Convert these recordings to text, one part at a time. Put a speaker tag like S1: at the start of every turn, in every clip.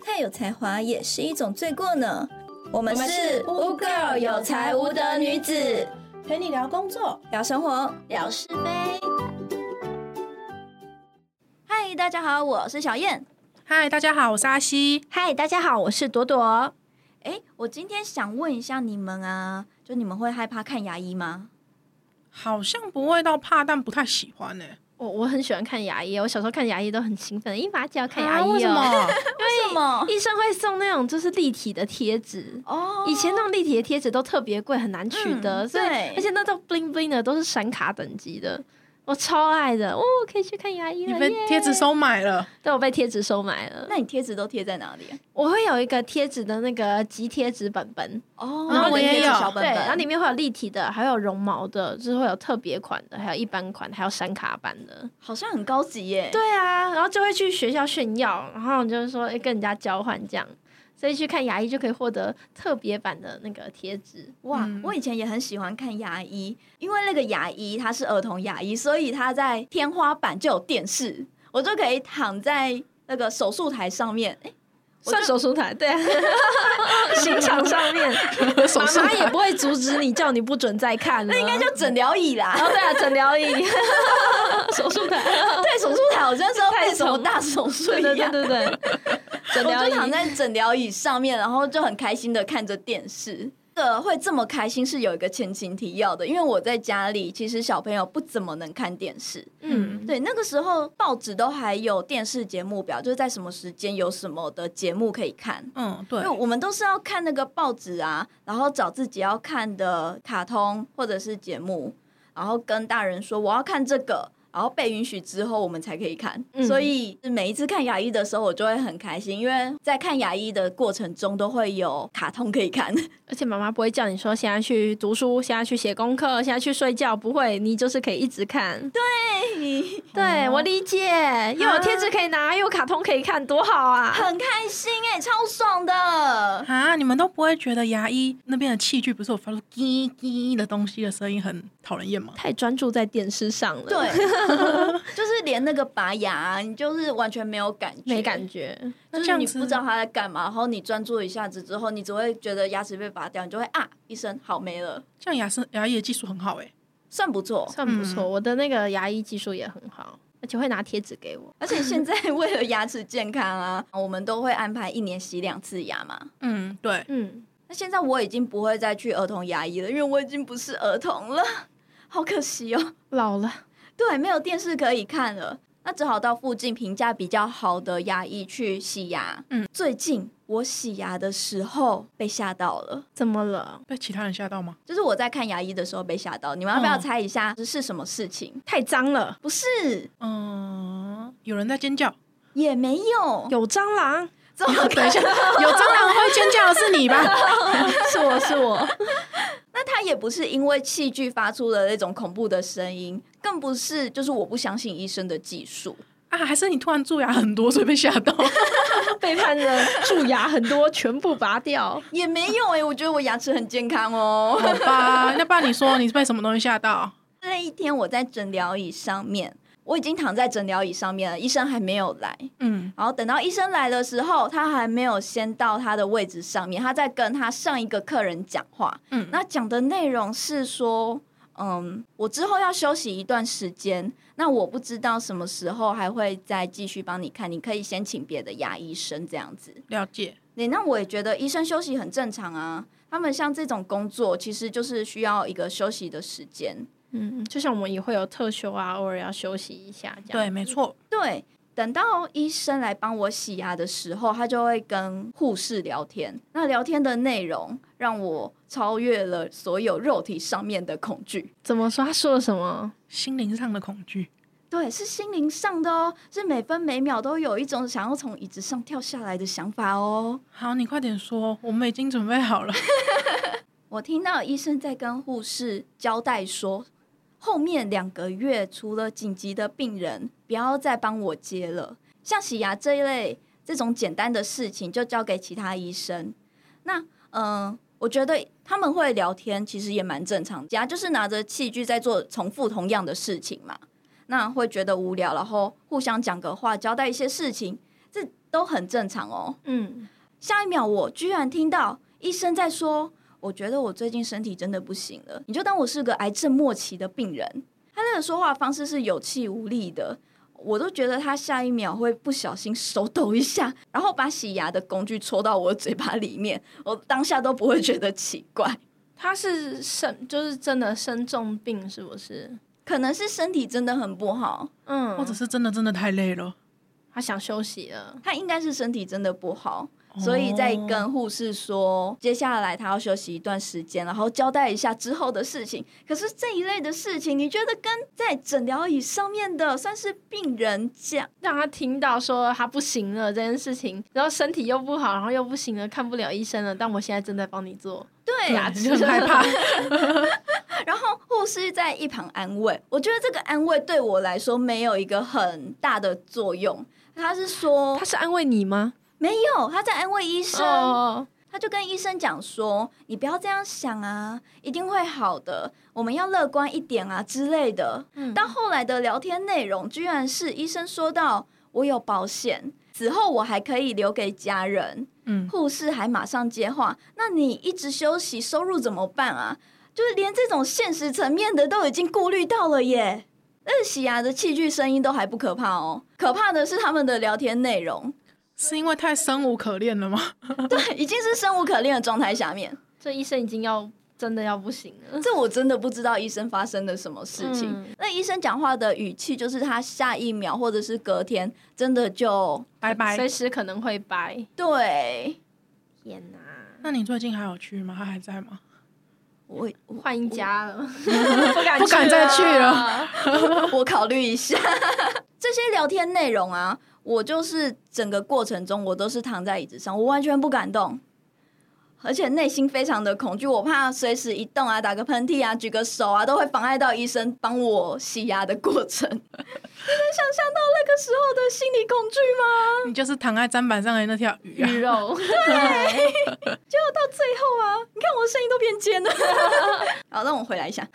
S1: 再哎有才华也是一种罪过呢。我
S2: 我
S1: 们
S2: 们
S1: 是
S2: 是
S1: 污
S2: 污 girl 有才无德女子，陪你聊工作，
S1: 聊生活。
S2: 聊是非。
S1: 嗨，大家好，我是小燕。
S3: 嗨，大家好，我是阿西。
S4: 嗨，大家好，我是朵朵。
S1: 哎，我今天想问一下你们啊，就你们会害怕看牙医吗？
S3: 好像不会到怕，但不太喜欢欸呢、
S4: 我我很喜欢看牙医，我小时候看牙医都很兴奋，一拔就要看牙
S3: 啊为
S4: 医
S3: 什
S4: 哦。
S3: 么？
S1: 为什么？
S4: 医生会送那种就是立体的贴纸，
S1: 哦
S4: 以前那种立体的贴纸都特别贵，很难取得，
S1: 嗯
S4: 所以
S1: 对
S4: 而且那种 bling bling 的都是闪卡等级的，我超爱的。哦，可以去看牙 医
S3: 你
S4: 了，
S3: 被
S4: 耶
S3: 贴纸收买了，
S4: 对我被贴纸收买了。
S1: 那你贴纸都贴在哪里、啊？
S4: 我会有一个贴纸的那个集贴纸本本，
S1: 哦
S3: 然后
S1: 我
S3: 你也
S1: 贴纸
S3: 有
S1: 小本
S4: 对，
S1: 本，
S4: 然后里面会有立体的，还有绒毛的，就是会有特别款的，还有一般款，还有闪卡版的。
S1: 好像很高级耶。
S4: 对啊，然后就会去学校炫耀，然后就是说诶跟人家交换这样，所以去看牙医就可以获得特别版的那个贴纸。
S1: 哇，
S3: 嗯
S1: 我以前也很喜欢看牙医，因为那个牙医他是儿童牙医，所以他在天花板就有电视，我就可以躺在那个手术台上面。诶我就
S4: 算手术台，对、啊，刑场上面， 妈妈也不会阻止你，叫你不准再看了。
S1: 那应该就诊疗椅啦，
S4: 哦，对啊，诊疗椅， 手术台，
S1: 对手术台好像是要办什么大手术
S4: 对对
S1: 一
S4: 对
S1: 样。
S4: 对对，诊
S1: 我
S4: 疗
S1: 就躺
S4: 椅。
S1: 在诊疗椅上面，然后就很开心的看着电视。呃，会这么开心是有一个前情提要的，因为我在家里其实小朋友不怎么能看电视，
S4: 嗯，
S1: 对，那个时候报纸都还有电视节目表，就是在什么时间有什么的节目可以看。
S3: 嗯，
S1: 因
S3: 对
S1: 为，我们都是要看那个报纸啊，然后找自己要看的卡通或者是节目，然后跟大人说我要看这个，然后被允许之后我们才可以看。
S4: 嗯
S1: 所以每一次看牙医的时候，我就会很开心，因为在看牙医的过程中都会有卡通可以看。
S4: 而且妈妈不会叫你说现在去读书，现在去写功课，现在去睡觉，不会，你就是可以一直看。对，我理解，又有贴纸可以拿，又有卡通可以看，多好啊！
S1: 很开心哎、超爽的。
S3: 啊，你们都不会觉得牙医那边的器具不是有发出叽叽的东西的声音很讨人厌吗？
S4: 太专注在电视上了，，
S1: 对，就是连那个拔牙啊，你就是完全没有感觉，
S4: 没感觉。
S3: 那
S1: 就
S3: 这
S1: 是
S3: 样
S1: 你
S3: 子
S1: 不知道他在干嘛，然后你专注一下子之后，你只会觉得牙齿被拔掉，你就会啊一声好没了，
S3: 这样牙生牙医的技术很好哎、
S1: 算不错。
S4: 算不
S3: 嗯
S4: 错，我的那个牙医技术也很好，而且会拿贴纸给我。
S1: 而且现在为了牙齿健康啊， 我们都会安排一年洗两次牙嘛。
S3: 嗯，对，
S4: 嗯，
S1: 那现在我已经不会再去儿童牙医了，因为我已经不是儿童了，好可惜哦。
S4: 老了，
S1: 对，没有电视可以看了，那只好到附近评价比较好的牙医去洗牙。
S3: 嗯，
S1: 最近我洗牙的时候被吓到了，
S4: 怎么了？
S3: 被其他人吓到吗？
S1: 就是我在看牙医的时候被吓到。你们要不要
S3: 嗯
S1: 猜一下是什么事情？
S4: 太脏了，
S1: 不是，
S3: 嗯，有人在尖叫。
S1: 也没有，
S4: 有蟑螂，
S1: 怎么可
S3: 等一下，有蟑螂会尖叫的是你吧？
S4: 是我是我，
S1: 那它也不是因为器具发出的那种恐怖的声音，更不是就是我不相信医生的技术。
S3: 啊，还是你突然蛀牙很多，所以被吓 到？
S4: 背叛了蛀牙很多，全部拔掉。
S1: 也没有哎、我觉得我牙齿很健康哦。
S3: 好吧，那不然你说你是被什么东西吓到？
S1: 那一天我在诊疗椅上面，我已经躺在诊疗椅上面了，医生还没有来。
S3: 嗯，
S1: 然后等到医生来的时候，他还没有先到他的位置上面，他在跟他上一个客人讲话。
S3: 嗯
S1: 那讲的内容是说，嗯，我之后要休息一段时间，那我不知道什么时候还会再继续帮你看，你可以先请别的牙医生这样子。
S3: 了解。
S1: 对，那我也觉得医生休息很正常啊。他们像这种工作，其实就是需要一个休息的时间。
S4: 嗯，就像我们也会有特休啊，偶尔要休息一下这样。
S3: 对，没错。
S1: 对，等到医生来帮我洗牙的时候，他就会跟护士聊天。那聊天的内容让我超越了所有肉体上面的恐惧。
S4: 怎么说？他说了什么？
S3: 心灵上的恐惧。
S1: 对，是心灵上的哦，是每分每秒都有一种想要从椅子上跳下来的想法哦。
S3: 好，你快点说，我们已经准备好了。
S1: 我听到医生在跟护士交代说，后面两个月除了紧急的病人，不要再帮我接了。像洗牙这一类这种简单的事情，就交给其他医生。那嗯、呃我觉得他们会聊天，其实也蛮正常的，就是拿着器具在做重复同样的事情嘛。那会觉得无聊，然后互相讲个话，交代一些事情，这都很正常哦。
S4: 嗯，
S1: 下一秒，我居然听到医生在说：“我觉得我最近身体真的不行了，你就当我是个癌症末期的病人。”他那个说话方式是有气无力的，我都觉得他下一秒会不小心手抖一下，然后把洗牙的工具戳到我的嘴巴里面，我当下都不会觉得奇怪。
S4: 他是生就是真的生重病是不是？
S1: 可能是身体真的很不好，
S4: 嗯，
S3: 或者是真的真的太累了，
S4: 他想休息了。
S1: 他应该是身体真的不好，所以在
S3: 哦
S1: 跟护士说，接下来他要休息一段时间，然后交代一下之后的事情。可是这一类的事情，你觉得跟在诊疗椅上面的算是病人讲，
S4: 让他听到说他不行了这件事情，然后身体又不好，然后又不行了，看不了医生了。但我现在正在帮你做，
S1: 对啊
S4: 牙
S3: 你
S4: 齿
S3: 啊 就很害怕。
S1: 然后护士在一旁安慰，我觉得这个安慰对我来说没有一个很大的作用。他是说
S4: 他是安慰你吗？
S1: 没有，他在安慰医生。
S4: 哦，
S1: 他就跟医生讲说：“你不要这样想啊，一定会好的，我们要乐观一点啊之类的。
S4: 嗯
S1: 到后来的聊天内容，居然是医生说到：“我有保险，此后我还可以留给家人。”
S3: 嗯，
S1: 护士还马上接话：“那你一直休息，收入怎么办啊？”就是连这种现实层面的都已经顾虑到了耶。日喜牙的器具声音都还不可怕哦，可怕的是他们的聊天内容，
S3: 是因为太生无可恋了吗？
S1: 对，已经是生无可恋的状态下面。
S4: 这医生已经要真的要不行了。
S1: 这我真的不知道医生发生了什么事情。
S4: 嗯
S1: 那医生讲话的语气，就是他下一秒或者是隔天，真的就
S3: 拜拜
S4: 随。时可能会掰。
S1: 对
S4: 天哪、
S3: 那你最近还有去吗？他还在吗？
S1: 我
S4: 换家了， 不敢
S3: 不敢再去
S4: 了。
S1: 我考虑一下 这些聊天内容啊。我就是整个过程中，我都是躺在椅子上，我完全不敢动，而且内心非常的恐惧，我怕随时一动啊，打个喷嚏啊，举个手啊，都会妨碍到医生帮我洗牙的过程。 你能想象到那个时候的心理恐惧吗？
S3: 你就是躺在砧板上的那条鱼啊
S4: 鱼！肉，
S1: 最后啊，你看我声音都变尖了。 好，让我回来一下。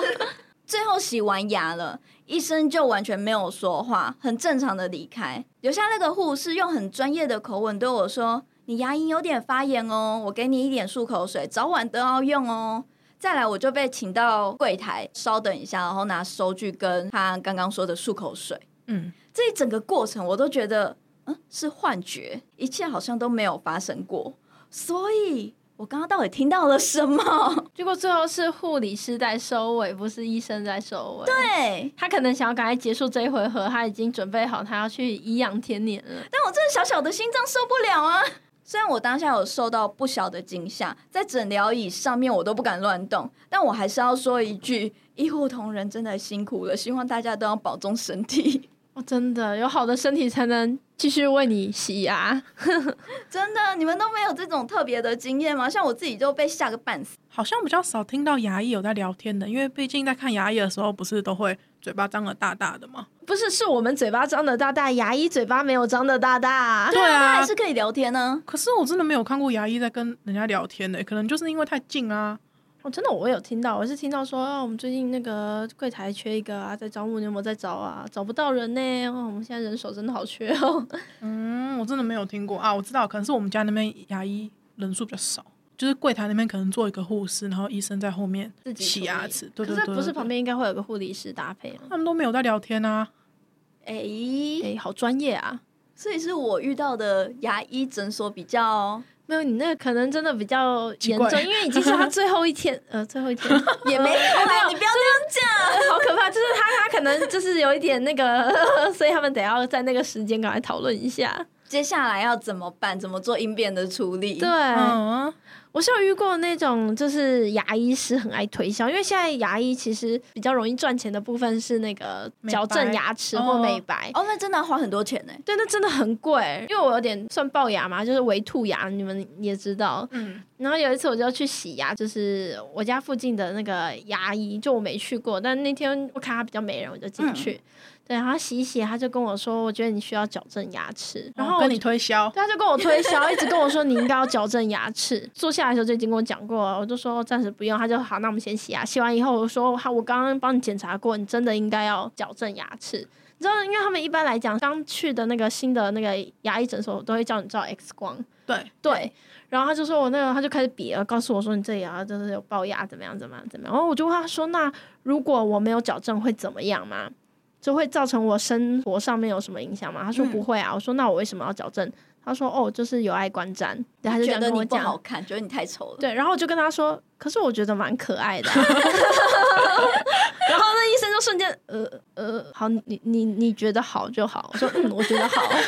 S1: 最后洗完牙了，医生就完全没有说话，很正常的离开，留下那个护士用很专业的口吻对我说：“你牙龈有点发炎哦，我给你一点漱口水，早晚都要用哦。”再来，我就被请到柜台，稍等一下，然后拿收据跟他刚刚说的漱口水。
S3: 嗯，
S1: 这一整个过程我都觉得，嗯，是幻觉，一切好像都没有发生过。所以我刚刚到底听到了什 么？
S4: 结果最后是护理师在收尾，不是医生在收尾。
S1: 对，
S4: 他可能想要赶快结束这一回合，他已经准备好他要去颐养天年了。
S1: 但我这小小的心脏受不了啊！虽然我当下有受到不小的惊吓，在诊疗椅上面我都不敢乱动，但我还是要说一句：医护同仁真的辛苦了，希望大家都要保重身体。
S4: 哦，真的有好的身体才能继续为你洗牙。
S1: 真的，你们都没有这种特别的经验吗？像我自己就被吓个半死。
S3: 好像比较少听到牙医有在聊天的，因为毕竟在看牙医的时候，不是都会嘴巴张得大大的吗？
S4: 不是，是我们嘴巴张的大大，牙医嘴巴没有张的大大。
S3: 对
S1: 他
S3: 啊
S1: 还，是可以聊天呢、
S3: 可是我真的没有看过牙医在跟人家聊天的、可能就是因为太近啊。
S4: 我、哦真的我有听到，我是听到说，哦，我们最近那个柜台缺一个啊，在招募，你有没有在招啊？找不到人呢、哦，我们现在人手真的好缺哦。
S3: 嗯，我真的没有听过啊。我知道，可能是我们家那边牙医人数比较少，就是柜台那边可能做一个护士，然后医生在后面
S4: 自己处
S3: 洗
S4: 理
S3: 牙齿。对
S4: 可
S3: 对
S4: 是
S3: 对
S4: 不是
S3: 对
S4: 旁
S3: 对
S4: 边应该会有个护理师搭配啊吗？
S3: 他们都没有在聊天啊。
S1: 诶。
S4: 哎、好专业啊！
S1: 所以是我遇到的牙医诊所比较，
S4: 没有，你那个可能真的比较严
S3: 奇怪
S4: 重，因为已经是他最后一天， 呃，最后一天也 没有啦，
S1: 你不要这样讲。
S4: 好可怕，就是他他可能就是有一点那个， 所以他们得要在那个时间赶快讨论一下。
S1: 接下来要怎么办？怎么做应变的处理？
S4: 对，
S3: 嗯，
S4: 我是有遇过那种就是牙医师很爱推销，因为现在牙医其实比较容易赚钱的部分是那个
S3: 美白
S4: 矫正牙齿或
S3: 哦
S4: 美白。
S1: 哦，那真的要花很多钱呢。
S4: 对，那真的很贵，因为我有点算龅牙嘛，就是微兔牙，你们也知道。
S3: 嗯，
S4: 然后有一次我就去洗牙，就是我家附近的那个牙医，就我没去过，但那天我看他比较没人，我就进去。
S3: 嗯
S4: 对，然后洗一洗，他就跟我说，我觉得你需要矫正牙齿。然后我
S3: 哦跟你推销，
S4: 对，他就跟我推销，一直跟我说你应该要矫正牙齿。坐下来的时候就已经跟我讲过了，我就说暂时不用。他就好，那我们先洗牙。洗完以后，我说好，我刚刚帮你检查过，你真的应该要矫正牙齿。你知道，因为他们一般来讲，刚去的那个新的那个牙医诊所都会叫你照 X 光，
S3: 对，
S4: 对。然后他就说我那个，他就开始比了，告诉我说你这牙就是有龅牙，怎么样，怎么样，怎么样。然后我就问他说，那如果我没有矫正会怎么样吗？就会造成我生活上面有什么影响吗？他说
S3: 嗯
S4: 不会啊。我说那我为什么要矫正？他说哦，就是有碍观瞻。对，他就
S1: 觉
S4: 这样
S1: 得
S4: 跟
S1: 你
S4: 我
S1: 不好
S4: 讲。
S1: 看，觉得你太丑了。
S4: 对，然后我就跟他说，可是我觉得蛮可爱的啊、 然后那医生就瞬间，呃呃，好，你你你觉得好就好。我说嗯，我觉得好， 我就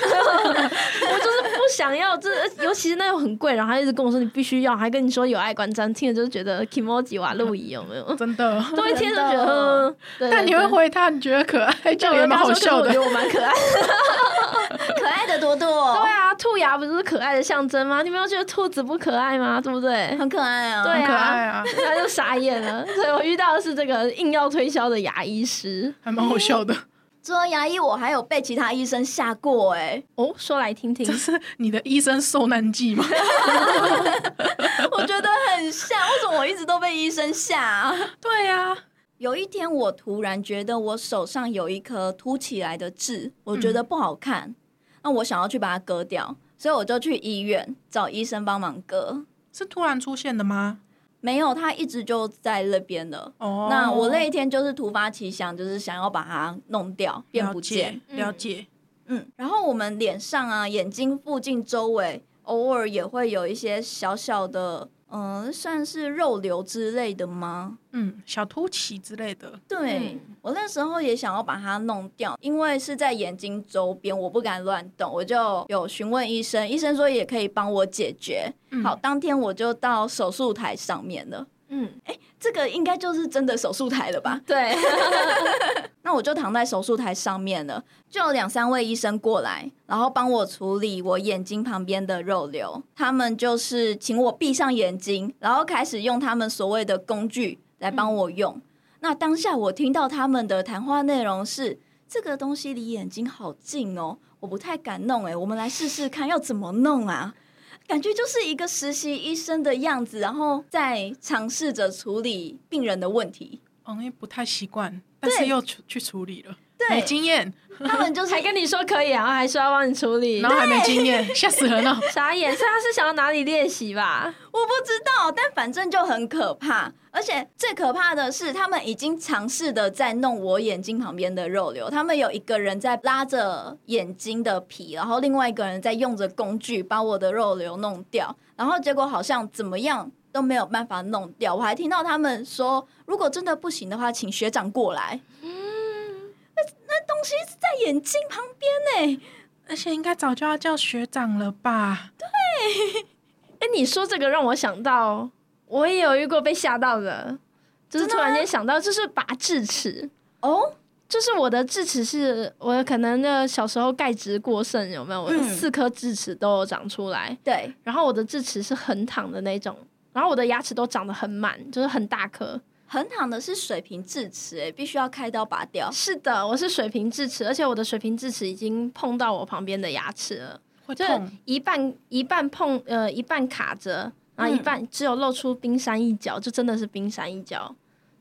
S4: 是不想要，这尤其是那又很贵，然后他一直跟我说你必须要，还跟你说有爱观瞻，听着就觉得 kimoji 瓦路易有没有？
S3: 真的。
S4: 都会听着觉得，
S2: 真的
S4: 嗯对
S3: 但你
S4: 对
S3: 会
S4: 对
S3: 回他，你觉得可爱，
S4: 对
S3: 就
S4: 我
S3: 也
S4: 就跟
S3: 蛮
S4: 他
S3: 好
S4: 说
S3: 笑
S4: 可
S3: 的
S4: 是。我觉得我蛮可爱的。
S1: 可爱的多哦多，
S4: 对啊，兔牙不就是可爱的象征吗？你没有觉得兔子不可爱吗？对不对？
S1: 很可爱啊。
S4: 对
S3: 很可
S4: 啊
S3: 爱啊，
S4: 他就傻眼了。所以我遇到的是这个硬要推销的牙医师。
S3: 还蛮好笑的。
S1: 除了牙医，我还有被其他医生吓过哎、
S4: 哦，说来听听
S3: 这。是你的医生受难记吗？
S1: 我觉得很像。为什么我一直都被医生吓、啊？
S3: 对呀，
S1: 有一天，我突然觉得我手上有一颗凸起来的痣，我觉得
S3: 嗯
S1: 不好看，那我想要去把它割掉，所以我就去医院找医生帮忙割。
S3: 是突然出现的吗？
S1: 没有，它一直就在那边了。
S3: 哦，
S1: 那我那一天就是突发奇想，就是想要把它弄掉，变不见。
S3: 了解，
S1: 嗯，然后我们脸上啊、眼睛附近周围，偶尔也会有一些小小的，嗯、算是肉瘤之类的吗？
S3: 嗯，小凸起之类的，
S1: 对、我那时候也想要把它弄掉，因为是在眼睛周边，我不敢乱动，我就有询问医生，医生说也可以帮我解决。
S3: 嗯
S1: 好，当天我就到手术台上面了。
S4: 嗯，
S1: 这个应该就是真的手术台了吧？
S4: 对，
S1: 那我就躺在手术台上面了，就有两三位医生过来，然后帮我处理我眼睛旁边的肉瘤。他们就是请我闭上眼睛，然后开始用他们所谓的工具来帮我用。那当下我听到他们的谈话内容是：这个东西离眼睛好近哦，我不太敢弄诶、欸我们来试试看要怎么弄啊。感觉就是一个实习医生的样子，然后再尝试着处理病人的问题。
S3: 嗯，因为不太习惯，但是又去去处理了，没
S1: 对，
S3: 经验，
S1: 他们就是
S4: 还跟你说可以啊，然后还说要帮你处理
S3: 然。后还没经 验，吓死人了。
S4: 傻眼，所以他是想要哪里练习吧？
S1: 我不知道，但反正就很可怕。而且最可怕的是，他们已经尝试的在弄我眼睛旁边的肉瘤。他们有一个人在拉着眼睛的皮，然后另外一个人在用着工具把我的肉瘤弄掉。然后结果好像怎么样都没有办法弄掉。我还听到他们说，如果真的不行的话，请学长过来。嗯，那那东西是在眼睛旁边呢、
S3: 而且应该早就要叫学长了吧？
S4: 哎、你说这个让我想到，我也有遇过被吓到的，就是突然间想到，就是拔智齿。
S1: 哦，
S4: 就是我的智齿是我可能那小时候钙质过剩，有没有？我有
S1: 嗯
S4: 四颗智齿都有长出来，
S1: 对，
S4: 然后我的智齿是横躺的那种，然后我的牙齿都长得很满，就是很大颗。
S1: 横躺的是水平智齿、哎，必须要开刀拔掉。
S4: 是的，我是水平智齿，而且我的水平智齿已经碰到我旁边的牙齿了，
S3: 会
S4: 就是
S3: 痛，
S4: 一半一半碰呃一半卡着，然后一
S1: 嗯
S4: 半只有露出冰山一角，就真的是冰山一角，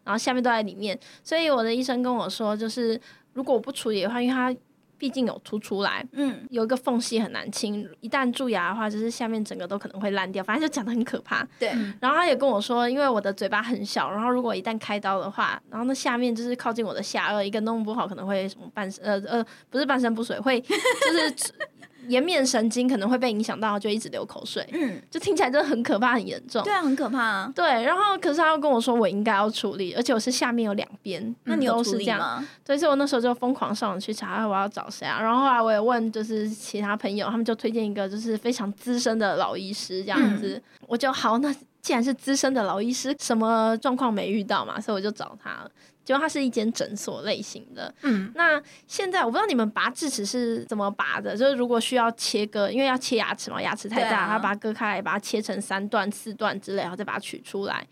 S4: 然后下面都在里面。所以我的医生跟我说，就是如果我不处理的话，因为它毕竟有凸出来，
S1: 嗯，
S4: 有一个缝隙很难清，一旦蛀牙的话，就是下面整个都可能会烂掉，反正就讲的很可怕。
S1: 对。
S4: 然后他也跟我说，因为我的嘴巴很小，然后如果一旦开刀的话，然后那下面就是靠近我的下颚，一个弄不好可能会什么半身呃呃不是半身不遂，会 就是颜面神经可能会被影响到，就一直流口水，
S1: 嗯，
S4: 就听起来真的很可怕很严重。
S1: 对啊，很可怕啊。
S4: 对然后可是他又跟我说我应该要处理，而且我是下面有两边，
S1: 那你有
S4: 都
S1: 处
S4: 是这
S1: 理
S4: 样，
S1: 吗？
S4: 所以说我那时候就疯狂上网去查啊我要找谁啊，然后后来我也问就是
S1: 嗯
S4: 其他朋友，他们就推荐一个就是非常资深的老医师这样子，我就好那既然是资深的老医师，什么状况没遇到嘛，所以我就找他了。结果它是一间诊所类型的。
S3: 嗯，
S4: 那现在我不知道你们拔智齿是怎么拔的，就是如果需要切割，因为要切牙齿嘛，牙齿太
S1: 对
S4: 大，
S1: 啊
S4: 它把它割开来，把它切成三段、四段之类，然后再把它取出来。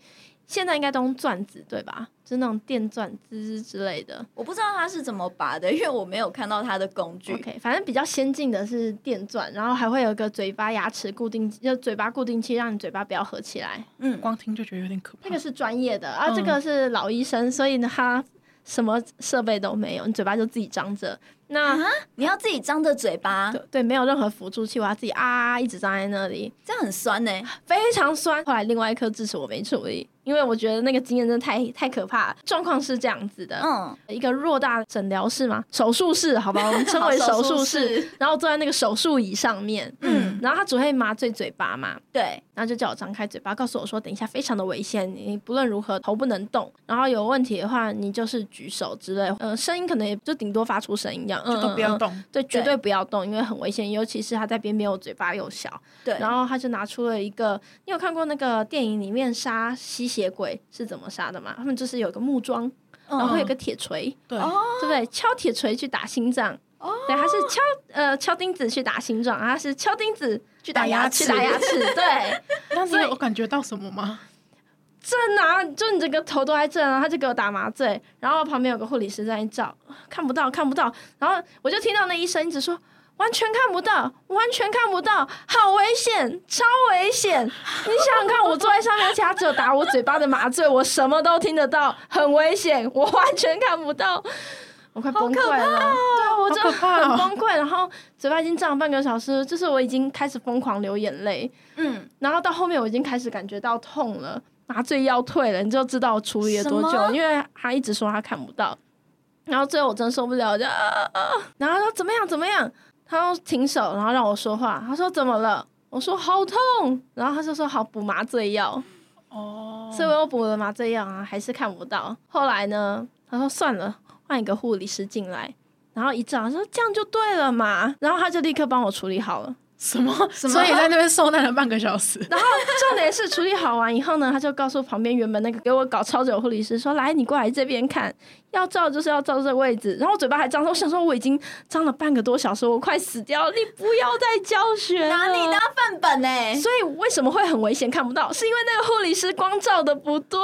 S4: 现在应该都用钻子对吧？就是那种电钻、滋滋之类的。
S1: 我不知道他是怎么拔的，因为我没有看到他的工具。
S4: OK，反正比较先进的是电钻，然后还会有一个嘴巴牙齿固定，就嘴巴固定器，让你嘴巴不要合起来。
S1: 嗯，
S3: 光听就觉得有点可怕。
S4: 那个是专业的，啊，
S3: 嗯
S4: 这个是老医生，所以呢，他什么设备都没有，你嘴巴就自己张着。那、
S1: 你要自己张着嘴巴，
S4: 对对，没有任何辅助器，我要自己啊一直张在那里，
S1: 这样很酸呢、
S4: 非常酸。后来另外一颗智齿我没处理，因为我觉得那个经验真的太太可怕了。状况是这样子的，
S1: 嗯，
S4: 一个偌大诊疗室嘛，手术室，好吧，我们称为
S1: 好手
S4: 手术
S1: 术
S4: 室
S1: 室，
S4: 然后坐在那个手术椅上面，嗯
S1: 嗯，
S4: 然后他只会麻醉嘴巴嘛，
S1: 对，
S4: 然后就叫我张开嘴巴，告诉我说等一下非常的危险，你不论如何头不能动，然后有问题的话你就是举手之类，呃，声音可能也就顶多发出声音这样，嗯，
S3: 就都不
S4: 嗯
S3: 要
S4: 嗯
S3: 动，
S4: 对，绝
S1: 对
S4: 对不要动，因为很危险，尤其是他在边边，我嘴巴又小，
S1: 对，
S4: 然后他就拿出了一个，你有看过那个电影里面杀吸血鬼是怎么杀的吗？他们就是有个木桩，
S1: 嗯
S4: 然后会有个铁锤，
S3: 对，
S1: 哦，
S4: 对不对？敲铁锤去打心脏，
S1: 哦
S4: 对，他是敲呃敲钉子去打心脏，他是敲钉子去
S3: 打牙齿
S4: 去打牙 齿，对。
S3: 那你
S4: 所以
S3: 有感觉到什么吗？
S4: 震啊，就你整个头都在震啊，他就给我打麻醉，然后旁边有个护理师在那里照，啊看不到，看不到，然后我就听到那医生一直说。完全看不到，完全看不到，好危险，超危险！你想想看，我坐在上面，而且他只有打我嘴巴的麻醉，我什么都听得到，很危险，我完全看不到，我快崩溃了。对啊，我真的
S3: 哦好可怕哦
S4: 很崩溃，然后嘴巴已经胀了半个小时，就是我已经开始疯狂流眼泪。
S1: 嗯，
S4: 然后到后面我已经开始感觉到痛了，麻醉药退了，你就知道我处理了多
S1: 什
S4: 久，
S1: 么
S4: 因为他一直说他看不到，然后最后我真受不了，我就、啊啊啊、然后他说怎么样怎么样，他说停手，然后让我说话，他说怎么了？我说好痛，然后他就说好补麻醉药，
S3: 哦，
S4: 所以我又补了麻醉药啊，还是看不到。后来呢，他说算了，换一个护理师进来，然后一照，他说这样就对了嘛，然后他就立刻帮我处理好了。
S3: 什么？
S1: 什么
S3: 所以你在那边受难了半个小时。
S4: 然后重点是处理好完以后呢，他就告诉旁边原本那个给我搞超久的护理师说：“来，你过来这边看，要照就是要照这个位置。”然后我嘴巴还张着，我想说我已经张了半个多小时，我快死掉了，你不要再教 学
S1: 拿
S4: 了。
S1: 你当范本呢、
S4: 所以为什么会很危险看不到？是因为那个护理师光照的不对，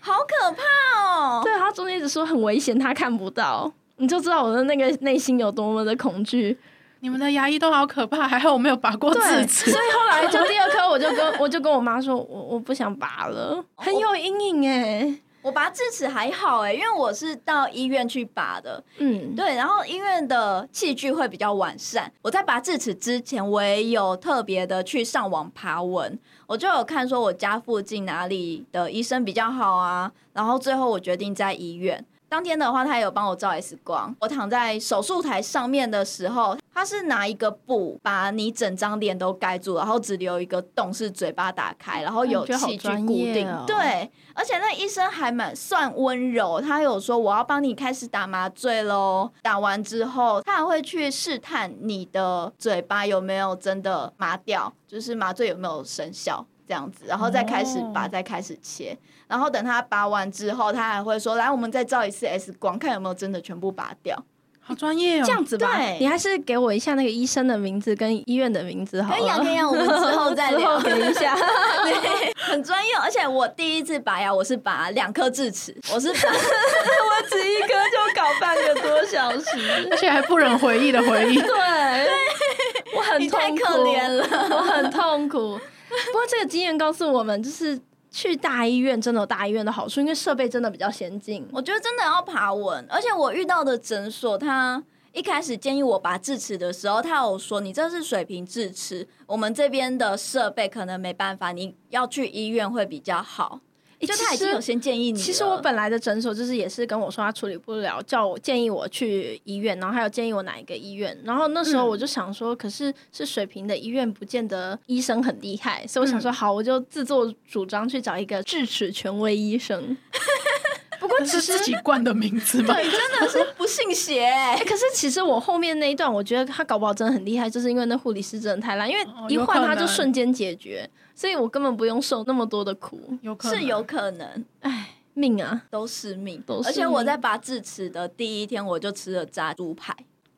S1: 好可怕哦。
S4: 对他中间一直说很危险，他看不到，你就知道我的那个内心有多么的恐惧。
S3: 你们的牙医都好可怕，还好我没有拔过智
S4: 对，
S3: 齿
S4: 所以。后来就第二颗，我就跟我就跟我妈说，我我不想拔了，很有阴影哎、
S1: 我拔智齿还好哎、因为我是到医院去拔的，
S4: 嗯，
S1: 对，然后医院的器具会比较完善。我在拔智齿之前，我也有特别的去上网爬文，我就有看说我家附近哪里的医生比较好啊。然后最后我决定在医院。当天的话，他有帮我照 X 光。我躺在手术台上面的时候，他是拿一个布把你整张脸都盖住，然后只留一个洞是嘴巴打开，然后有
S4: 啊感觉好
S1: 器具
S4: 专
S1: 固
S4: 业
S1: 定。
S4: 哦
S1: 对，而且那医生还蛮算温柔，他有说我要帮你开始打麻醉喽。打完之后，他还会去试探你的嘴巴有没有真的麻掉，就是麻醉有没有生效这样子，然后再开始拔，
S3: 哦
S1: 再开始切。然后等他拔完之后，他还会说：“来，我们再照一次 X 光，看有没有真的全部拔掉。
S3: 好专业哦！
S4: 这样子吧
S1: 对，
S4: 你还是给我一下那个医生的名字跟医院的名字”好
S1: 可以啊，可
S4: 了。
S1: 以啊，我们之后再聊。
S4: 之后给一下，
S1: 对，很专业。而且我第一次拔牙，我是拔两颗智齿，我是拔我
S4: 只一颗就搞半个多小时。。
S3: 而且还不忍回忆的回忆
S4: 对，我很
S1: 你
S4: 痛
S1: 太
S4: 苦，
S1: 可怜了。
S4: 我很痛苦。不过这个经验告诉我们，就是去大医院真的有大医院的好处，因为设备真的比较先进。
S1: 我觉得真的要爬文，而且我遇到的诊所，他一开始建议我拔智齿的时候，他有说你这是水平智齿，我们这边的设备可能没办法，你要去医院会比较好。
S4: 诶
S1: 就
S4: 其
S1: 他已经
S4: 实
S1: 嗯有啊先建议你了。
S4: 其实我本来的诊所就是也是跟我说他处理不了，叫我建议我去医院，然后还有建议我哪一个医院。然后那时候
S1: 嗯
S4: 我就想说，可是是水平的医院，不见得医生很厉害， 所以我想说，好，我就自作主张去找一个智齿权威医生。不过
S3: 那是自己冠的名字吗？
S1: 真的是不信邪、欸
S4: 哎、可是其实我后面那一段，我觉得他搞不好真的很厉害，就是因为那护理师真的太烂，因为
S3: 哦
S4: 一
S3: 有
S4: 换
S3: 可
S4: 他就
S3: 能
S4: 瞬间解决，所以我根本不用受那么多的苦。
S3: 有可能
S1: 是有可能，
S4: 命啊，
S1: 都是命。
S4: 都是
S1: 而且我
S4: 命
S1: 在拔智齿的第一天，我就吃了炸猪排。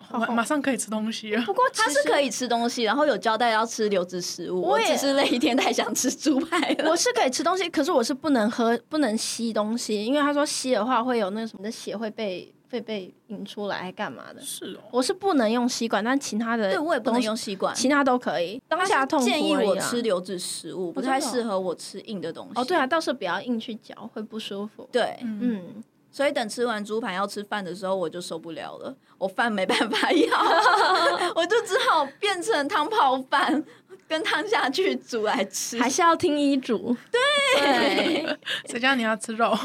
S3: 马马上可以吃东西了。
S4: 不过
S1: 他
S4: 他
S1: 是
S4: 是可
S1: 可
S4: 以，
S1: 以吃东西，然后有交代要吃流质食物。
S4: 我
S1: 我
S4: 也
S1: 只是那一天太想吃猪排 了。
S4: 我是可以吃东西，可是我是不能喝、不能吸东西，因为他说吸的话会有那个什么你的血会被会被引出来，干嘛的？
S3: 是哦，
S4: 我是不能用吸管，但其他的
S1: 对我也不能
S4: 东西，
S1: 用吸管。
S4: 其他都可以。当下痛
S1: 他
S4: 苦
S1: 是建议
S4: 而已
S1: 我
S4: 啊
S1: 吃流质食物，不
S4: 真
S1: 太
S4: 的哦
S1: 适合我吃硬的东西。
S4: 哦，对啊，，到时候不要硬去嚼，会不舒服。
S1: 对，
S3: 嗯，
S4: 嗯，
S1: 所以等吃完猪排要吃饭的时候，我就受不了了，我饭没办 法要， 我就只好变成汤泡饭，跟汤下去煮来吃。
S4: 嗯还是要听医嘱。对，
S3: 谁叫你要吃肉？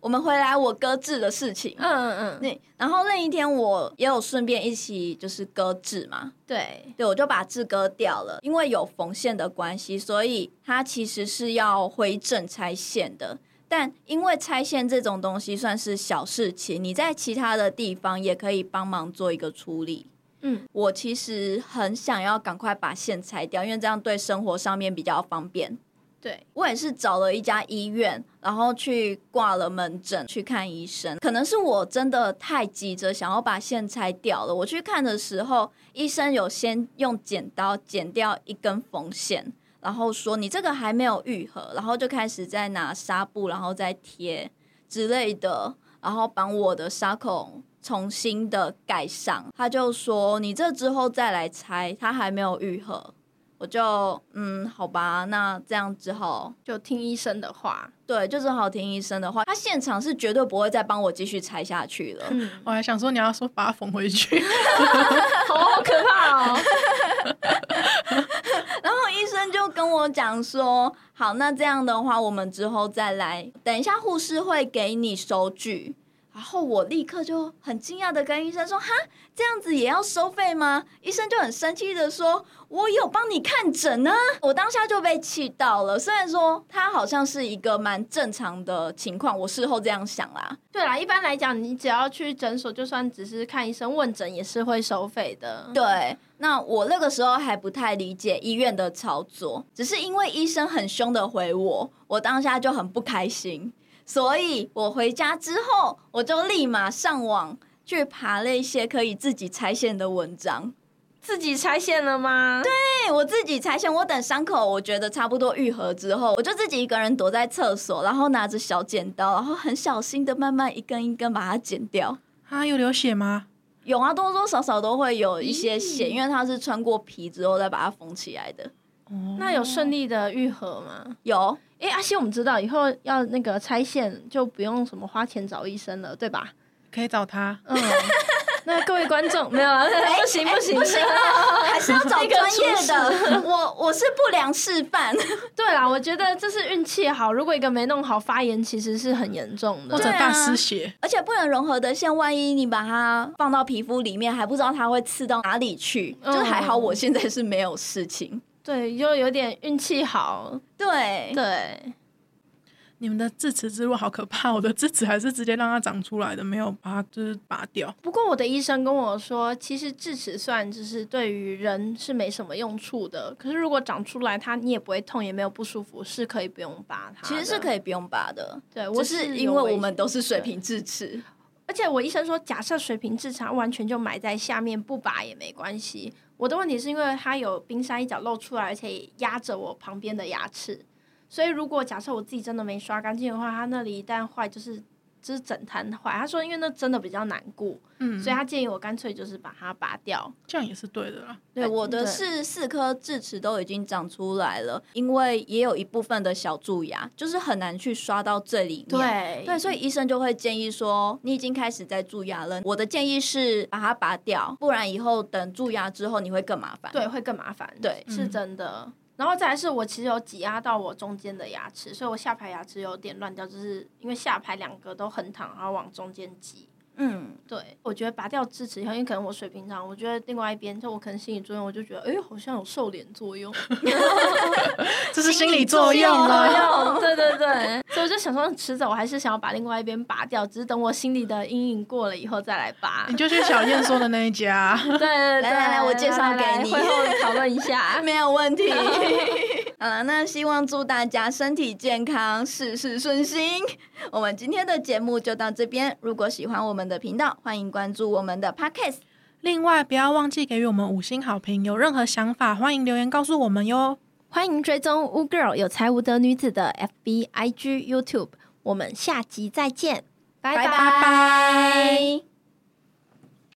S1: 我们回来我搁置的事情，
S4: 嗯嗯嗯，
S1: 那然后那一天我也有顺便一起就是搁置嘛，
S4: 对，
S1: 对，我就把痣割掉了，因为有缝线的关系，所以它其实是要回正拆线的。但因为拆线这种东西算是小事情，你在其他的地方也可以帮忙做一个处理。
S4: 嗯，
S1: 我其实很想要赶快把线拆掉，因为这样对生活上面比较方便。
S4: 对，
S1: 我也是找了一家医院，然后去挂了门诊去看医生。可能是我真的太急着想要把线拆掉了。我去看的时候，医生有先用剪刀剪掉一根缝线，然后说你这个还没有愈合，然后就开始在拿纱布，然后再贴之类的，然后把我的伤口。重新的盖上，他就说你这之后再来拆，它还没有愈合，我就嗯好吧，那这样只好
S4: 就听医生的话。
S1: 对，就是好听医生的话，他现场是绝对不会再帮我继续拆下去了。
S4: 嗯，
S3: 我还想说你要说把它缝回去，
S4: 好可怕哦！
S1: 然后医生就跟我讲说，好，那这样的话，我们之后再来，等一下护士会给你收据。然后我立刻就很惊讶的跟医生说：“哈，这样子也要收费吗？”医生就很生气的说：“我有帮你看诊呢、啊我当下就被气到了。虽然说他好像是一个蛮正常的情况，我事后这样想啦，
S4: 对啦，一般来讲，你只要去诊所，就算只是看医生问诊，也是会收费的。
S1: 对，那我那个时候还不太理解医院的操作，只是因为医生很凶的回我，我当下就很不开心，所以我回家之后，我就立马上网去爬了一些可以自己拆线的文章。
S4: 自己拆线了吗？对，
S1: 对哎我自己拆线，我等伤口我觉得差不多愈合之后，我就自己一个人躲在厕所，然后拿着小剪刀，然后很小心的慢慢一根一根把它剪掉。
S3: 啊，有流血吗？
S1: 有啊，多多少少都会有一些血，因为它是穿过皮之后再把它缝起来的。
S3: 哦，
S4: 那有顺利的愈合吗？
S1: 有，
S4: 哎，阿西，我们知道以后要那个拆线，就不用什么花钱找医生了，对吧？
S3: 可以找他。
S4: 嗯，那各位观众没有啊？ 不行不行不啊行！
S1: 还是要找专业 的。我我是不良示范，
S4: 对啦，我觉得这是运气好，如果一个没弄好，发炎其实是很严重的
S3: 或。者
S1: 对啊
S3: 大失血，
S1: 而且不能融合的线，万一你把它放到皮肤里面，还不知道它会刺到哪里去。
S4: 嗯
S1: 就是还好我现在是没有事情。
S4: 对，就有点运气好。
S1: 对，
S4: 对，
S3: 你们的智齿之路好可怕！我的智齿还是直接让它长出来的，没有把它就是拔掉。
S4: 不过我的医生跟我说，其实智齿虽然就是对于人是没什么用处的，可是如果长出来它你也不会痛，也没有不舒服，是可以不用拔它。
S1: 其实是
S4: 以，
S1: 可以不用拔的，
S4: 对我
S1: 我
S4: 是
S1: 是
S4: 有
S1: 因为
S4: 危
S1: 我们都是水
S4: 对
S1: 平智齿。
S4: 而且我医生说，假设水平智齿它完全就埋在下面不拔也没关系。我的问题是因为它有冰山一角露出来，而且压着我旁边的牙齿，所以如果假设我自己真的没刷干净的话，它那里一旦坏就是就是整摊坏。他说因为那真的比较难顾，
S3: 嗯，
S4: 所以他建议我干脆就是把它拔掉。
S3: 这样也是对的啦。
S1: 对，
S4: 对
S1: 我的
S4: 呃对
S1: 是四颗智齿都已经长出来了，因为也有一部分的小蛀牙，就是很难去刷到最里面。
S4: 对
S1: 对，所以医生就会建议说，你已经开始在蛀牙了。我的建议是把它拔掉，不然以后等蛀牙之后你会更麻烦。
S4: 对，会更麻烦。
S1: 对
S4: 是
S3: 嗯
S4: 真的。然后再来是我其实有挤压到我中间的牙齿，所以我下排牙齿有点乱掉，就是因为下排两个都横躺，然后往中间挤，
S1: 嗯，
S4: 对，我觉得拔掉智齿以后，因为可能我水平长，我觉得另外一边就我可能心理作用，我就觉得哎、好像有瘦脸作 用，
S3: 这是心理作用啊。
S4: 用，对对对， 所以我就想说，迟早我还是想要把另外一边拔掉，只是等我心里的阴影过了以后再来 拔
S3: 你。就去小燕说的那一家，
S4: 对对对，
S1: 来来来我介绍给你
S4: 来来会后讨论一下。
S1: 没有问 题。好了，那希望祝大家身体健康，事事顺心。我们今天的节目就到这边。如果喜欢我们的频道，欢迎关注我们的 Podcast。
S3: 另外不要忘记给予我们五星好评，有任何想法欢迎留言告诉我们哟。
S4: 欢迎追踪 Wu Girl 有才无德女子的 FB、IG、YouTube，我们下集再见，拜
S1: 拜拜